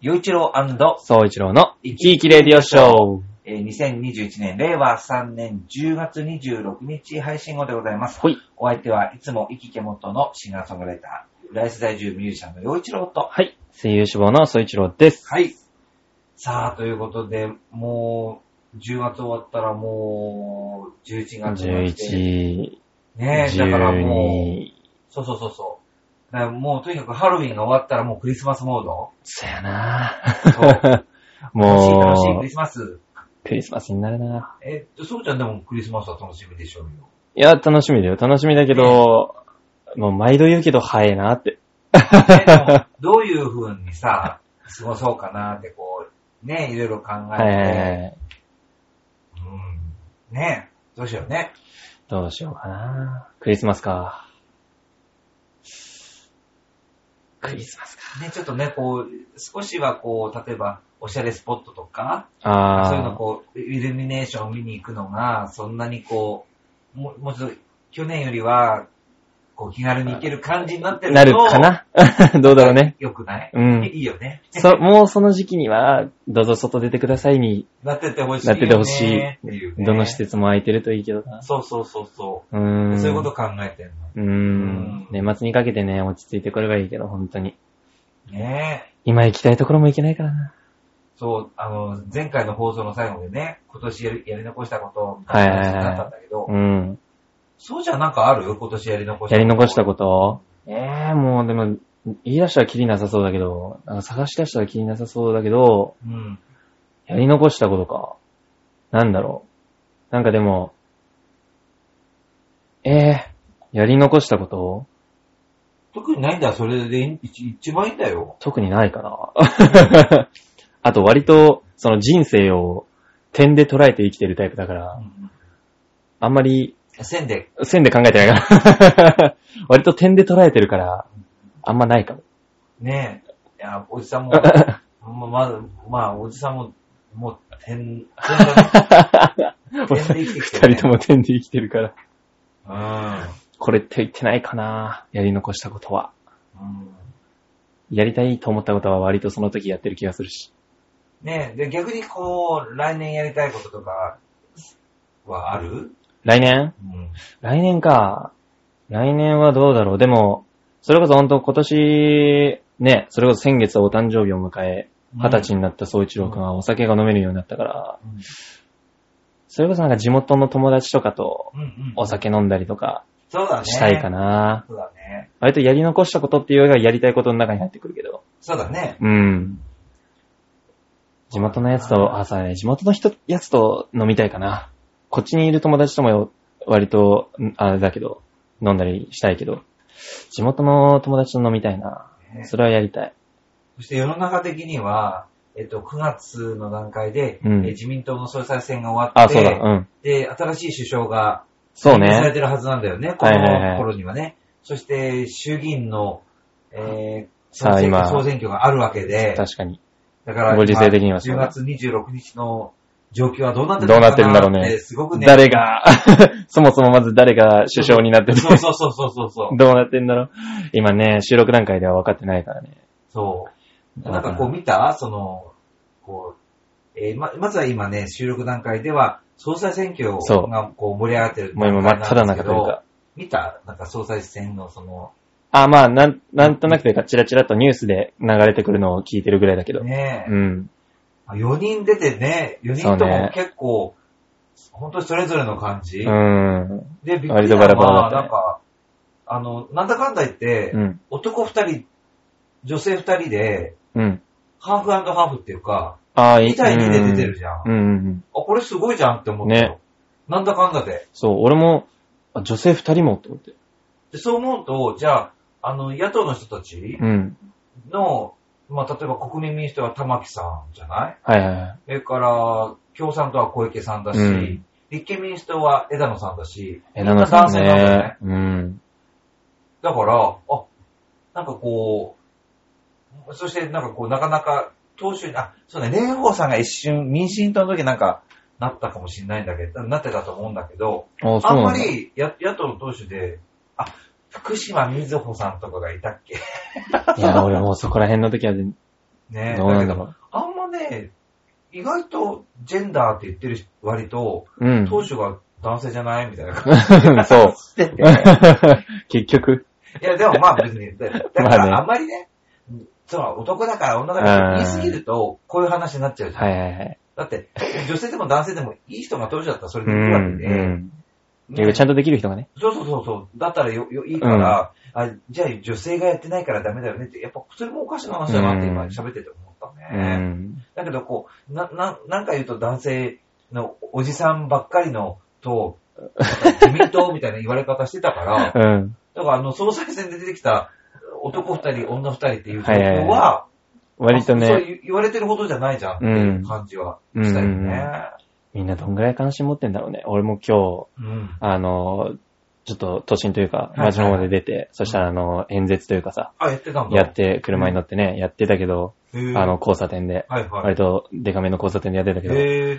洋一郎総一郎の生き生きレディオショー。えー2021年令和3年10月26日配信後でございます。ほい。お相手はいつも生き毛元のシンガーソングライター、浦安在住ミュージシャンの洋一郎と。はい。声優志望の総一郎です。はい。さあ、ということで、もう、10月終わったらもう、11月になって。 11、ねえ、だからもう、 12、そうそうそうそう。だからもうとにかくハロウィンが終わったらもうクリスマスモード。そやなそう楽しい楽しいもクうリ、スマス。クリスマスになるなえっと、そうちゃんでもクリスマスは楽しみでしょうよ。いや、楽しみだよ。楽しみだけど、もう毎度言うけど早いなって。ねで もどういう風にさ、過ごそうかなってこう、ねいろいろ考えて、えうん、ねどうしようね。ー、どうしようかなクリスマスか。クリスマスか。ね、ちょっとね、こう、少しはこう、例えば、おしゃれスポットとか、あー。そういうのこう、イルミネーションを見に行くのが、そんなにこう、ももうちょっと、去年よりは、こう、気軽に行ける感じになってるなるとかな どうだろうね。よくない、うんいいよね。 そ、もうその時期には、どうぞ外出てくださいに、なっててほしい、なっててほしいっていうねどの施設も空いてるといいけどな。そうそうそうそうう。ーん。そういうこと考えてんの。うーん。年末にかけてね、落ち着いてこればいいけど、本当に。ねえ。今行きたいところも行けないからな。そう、あの、前回の放送の最後でね、今年やりやり残したことみはたいいはいなはい話になったんだけど、うん。そうじゃなんかある今年やり残したやり残したと。ことええー、もうでも、言い出したらきりなさそうだけど、なんか探し出したらきりなさそうだけど、うん。やり残したことか。なんだろう。なんかでも、ええー、やり残したこと特にないんだよ、それでいい一一番いいんだよ。特にないかな。 あと割と、その人生を点で捉えて生きてるタイプだから、あんまり線で、線で考えてないから。 割と点で捉えてるから、あんまないかも。ねえ、いや、おじさんも、 ままだ、まあ、おじさんも、もう、 点、点だ点で生きてきて二る、ね。人とも点で生きてるから。うん。これって言ってないかなやり残したことは。うん。やりたいと思ったことは割とその時やってる気がするし。ねえ、で、逆にこう、来年やりたいこととか、はある来年うん。来年か。来年はどうだろう。でも、それこそ本当今年、ね、それこそ先月はお誕生日を迎え、二十歳になった総一郎くんはお酒が飲めるようになったから、うん。それこそなんか地元の友達とかとうんうん。お酒飲んだりとかそうだね。したいかな。な。そうだね。割とやり残したことっていうよりはやりたいことの中に入ってくるけど。そうだね。うん。地元のやつと、あ、そうね、地元の人、やつと飲みたいかな。こっちにいる友達とも割と、んあれだけど、飲んだりしたいけど、地元の友達と飲みたいな。ねそれはやりたい。そして世の中的には、えっと、9月の段階で、うんえ自民党の総裁選が終わあ、っそうだ、て、うん。で、新しい首相が、そう任命されね。てるはずなんだよね、こはいはいはのい頃にはね。そして、衆議院の、えー、さあ総選挙今総選挙があるわけで、確かに。だから、ご時世的には10そうだ月26日の状況はどうなってどうなってるんだろうねのかなってすごくね。誰が、 そもそもまず誰が首相になってて、そうそうそうそうそうそう。 どうなってんだろう。今ね、収録段階では分かってないからね。そう。なんかこう見たその、こう、えーま、まずは今ね、収録段階では、総裁選挙そうがこう盛り上がってるもう今段真階っ只なんで中すけというどか。見たなんか総裁選のその、あ、まあ、なん、なんとなくというか、チラチラとニュースで流れてくるのを聞いてるぐらいだけど。ねう、ん。 4人出てね、4人ともそうね結構、本当にそれぞれの感じ。うん。で、びっくり割したとのバラバラは、だったねなんか、あの、なんだかんだ言って、うん。男2人、女性2人で、うん。ハーフハーフっていうか、ああ、い2対2で出てるじゃん。うんうんうん。あ、これすごいじゃんって思ったよ。ねなんだかんだで。そう、俺も、あ女性二人もって思って。で、そう思うと、じゃあ、あの、野党の人たちうん。の、まあ、例えば国民民主党は玉木さんじゃないはいはいはい。それから、共産党は小池さんだし、うん立憲民主党は枝野さんだし、枝野さんみな男性なんだよねね。。うん。だから、あ、なんかこう、そしてなんかこう、なかなか、党首に、あ、そうね、蓮舫さんが一瞬、民進党の時なんか、なったかもしれないんだけど、なってたと思うんだけど、あそあうんまなんだ。りや野党の党首で、あ、福島みずほさんとかがいたっけいや、俺もうそこら辺の時は全、ねどうなんだけどろあんまね、意外とジェンダーって言ってる人割と、う。うん。当主が男性じゃないみたいな感じ そう。してて。 結局。いや、でもまあ別 に、だだかまあねらあんまりね、その男だから女だからって言いすぎると、こういう話になっちゃうじゃん。はいはいはい。だって、女性でも男性でもいい人が当主だったらそれうでいいわけん。で、うんねちゃんとできる人がね。そうそうそうそう、だったらよよいいから、あ、じゃあ女性がやってないからダメだよねって、やっぱそれもおかしな話だなって今うん喋ってて思ったね。うん。だけどこう、な、な、なんか言うと男性のおじさんばっかりのと、なんか自民党みたいな言われ方してた から、うん。だからあの、総裁選で出てきた男二人、女二人っていう状はいはい況は、割とそうね、言言われてるほどじゃないじゃんっていう感じはしたよね。みんなどんぐらい関心持ってんだろうね。俺も今日、うん。あの、ちょっと都心というかは、いはい街の方まで出て、そしたらあの、演説というかさ、あ、やってたんだ。やって、車に乗ってね、やってたけど、へーあの、、交差点で、はいはい。割とデカめの交差点でやってたけど、へー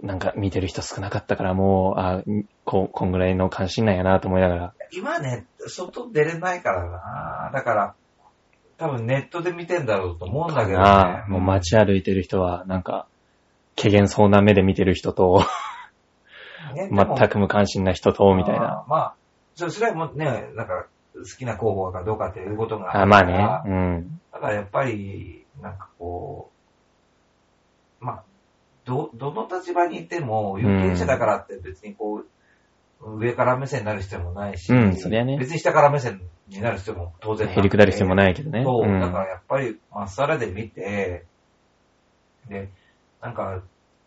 なんか見てる人少なかったから、もう、あこ、こんぐらいの関心なんやなと思いながら。今ね、外出れないからな。だから、多分ネットで見てんだろうと思うんだけどねあ。あ、もう街歩いてる人は、なんか、怪げそうな目で見てる人と、ねでも 全く無関心な人と、みたいな。あー。まあ、そそれはもうね、なんか、好きな候補がどうかっていうことがああーるまかあら。ね。うん。だからやっぱり、なんかこう、まあ、ど、どの立場にいても、有権者だからって別にこう、上から目線になる必要もないし、うんそりゃね別に下から目線になる必要も当然へりくだる必要もないないけどんね。で。そう、んだからやっぱり、まっさらで見て、で、なんか、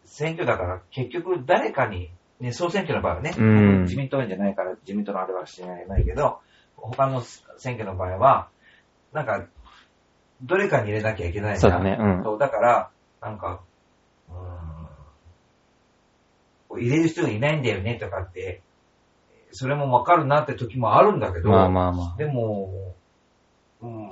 選挙だから結局誰かに、ね、総選挙の場合はね、うん自民党員じゃないから自民党のあれはしないないけど、他の選挙の場合は、なんか、どれかに入れなきゃいけないそじうゃんだね。うん。そうだから、なんか、うーんこう入れる人がいないんだよねとかって、それもわかるなって時もあるんだけど、まあまあまあ。でも、うん、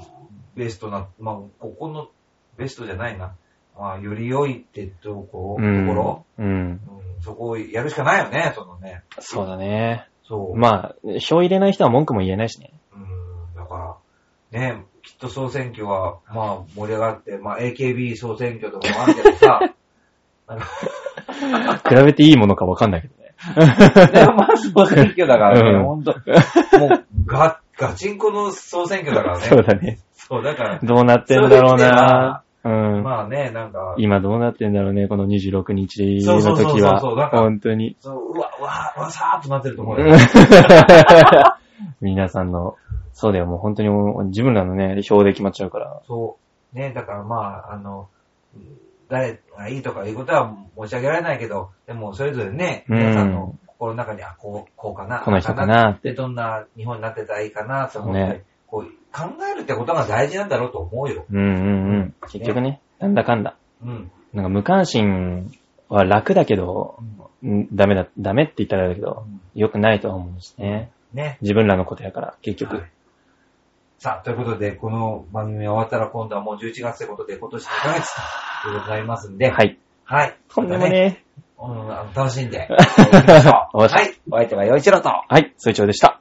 ベストな、まあ、ここのベストじゃないな。まあ、より良いってとこ、うんところ、うん。うんそこをやるしかないよね、そのね。そうだね。そう。まあ、票入れない人は文句も言えないしね。うん、だから、ね、きっと総選挙は、まあ、盛り上がって、まあ、AKB 総選挙とかもあるけどさ、比べていいものかわかんないけどね。いやまあ、総選挙だからね、うんほんと。もう、ガ、ガチンコの総選挙だからそうね。だね。そう、だから、どうなってんだろうな。うん。まあね、なんか、今どうなってんだろうね、この26日そうそのうそうそう時は。なんか本当に。そううわ、うわ、うわさーっとなってると思うよ。皆さんの、そうだよ、もう本当にもう自分らのね、票で決まっちゃうから。そう。ね、だからまあ、あの、誰がいいとかいうことは申し上げられないけど、でもそれぞれね、うん皆さんの心の中に、あ、こう、こうかな、この人かなっで、て。どんな日本になってたらいいかなと思って、ねこう、考えるってことが大事なんだろうと思うよ。うんうんうん。結局ね、なんだかんだ。うん。なんか無関心は楽だけど、んダメだ、ダメって言ったらあれだけど、良くないとは思うんですね。ね。自分らのことやから、結局。はいさあ、ということで、この番組終わったら今度はもう11月ということで、今年2ヶ月ということになりますんで、。はいい。はい。とんでもまたね。ねえ。うん、 あの楽しんで、行きましょうおいしいはい。お相手は陽一郎と。はい、そいちょうでした。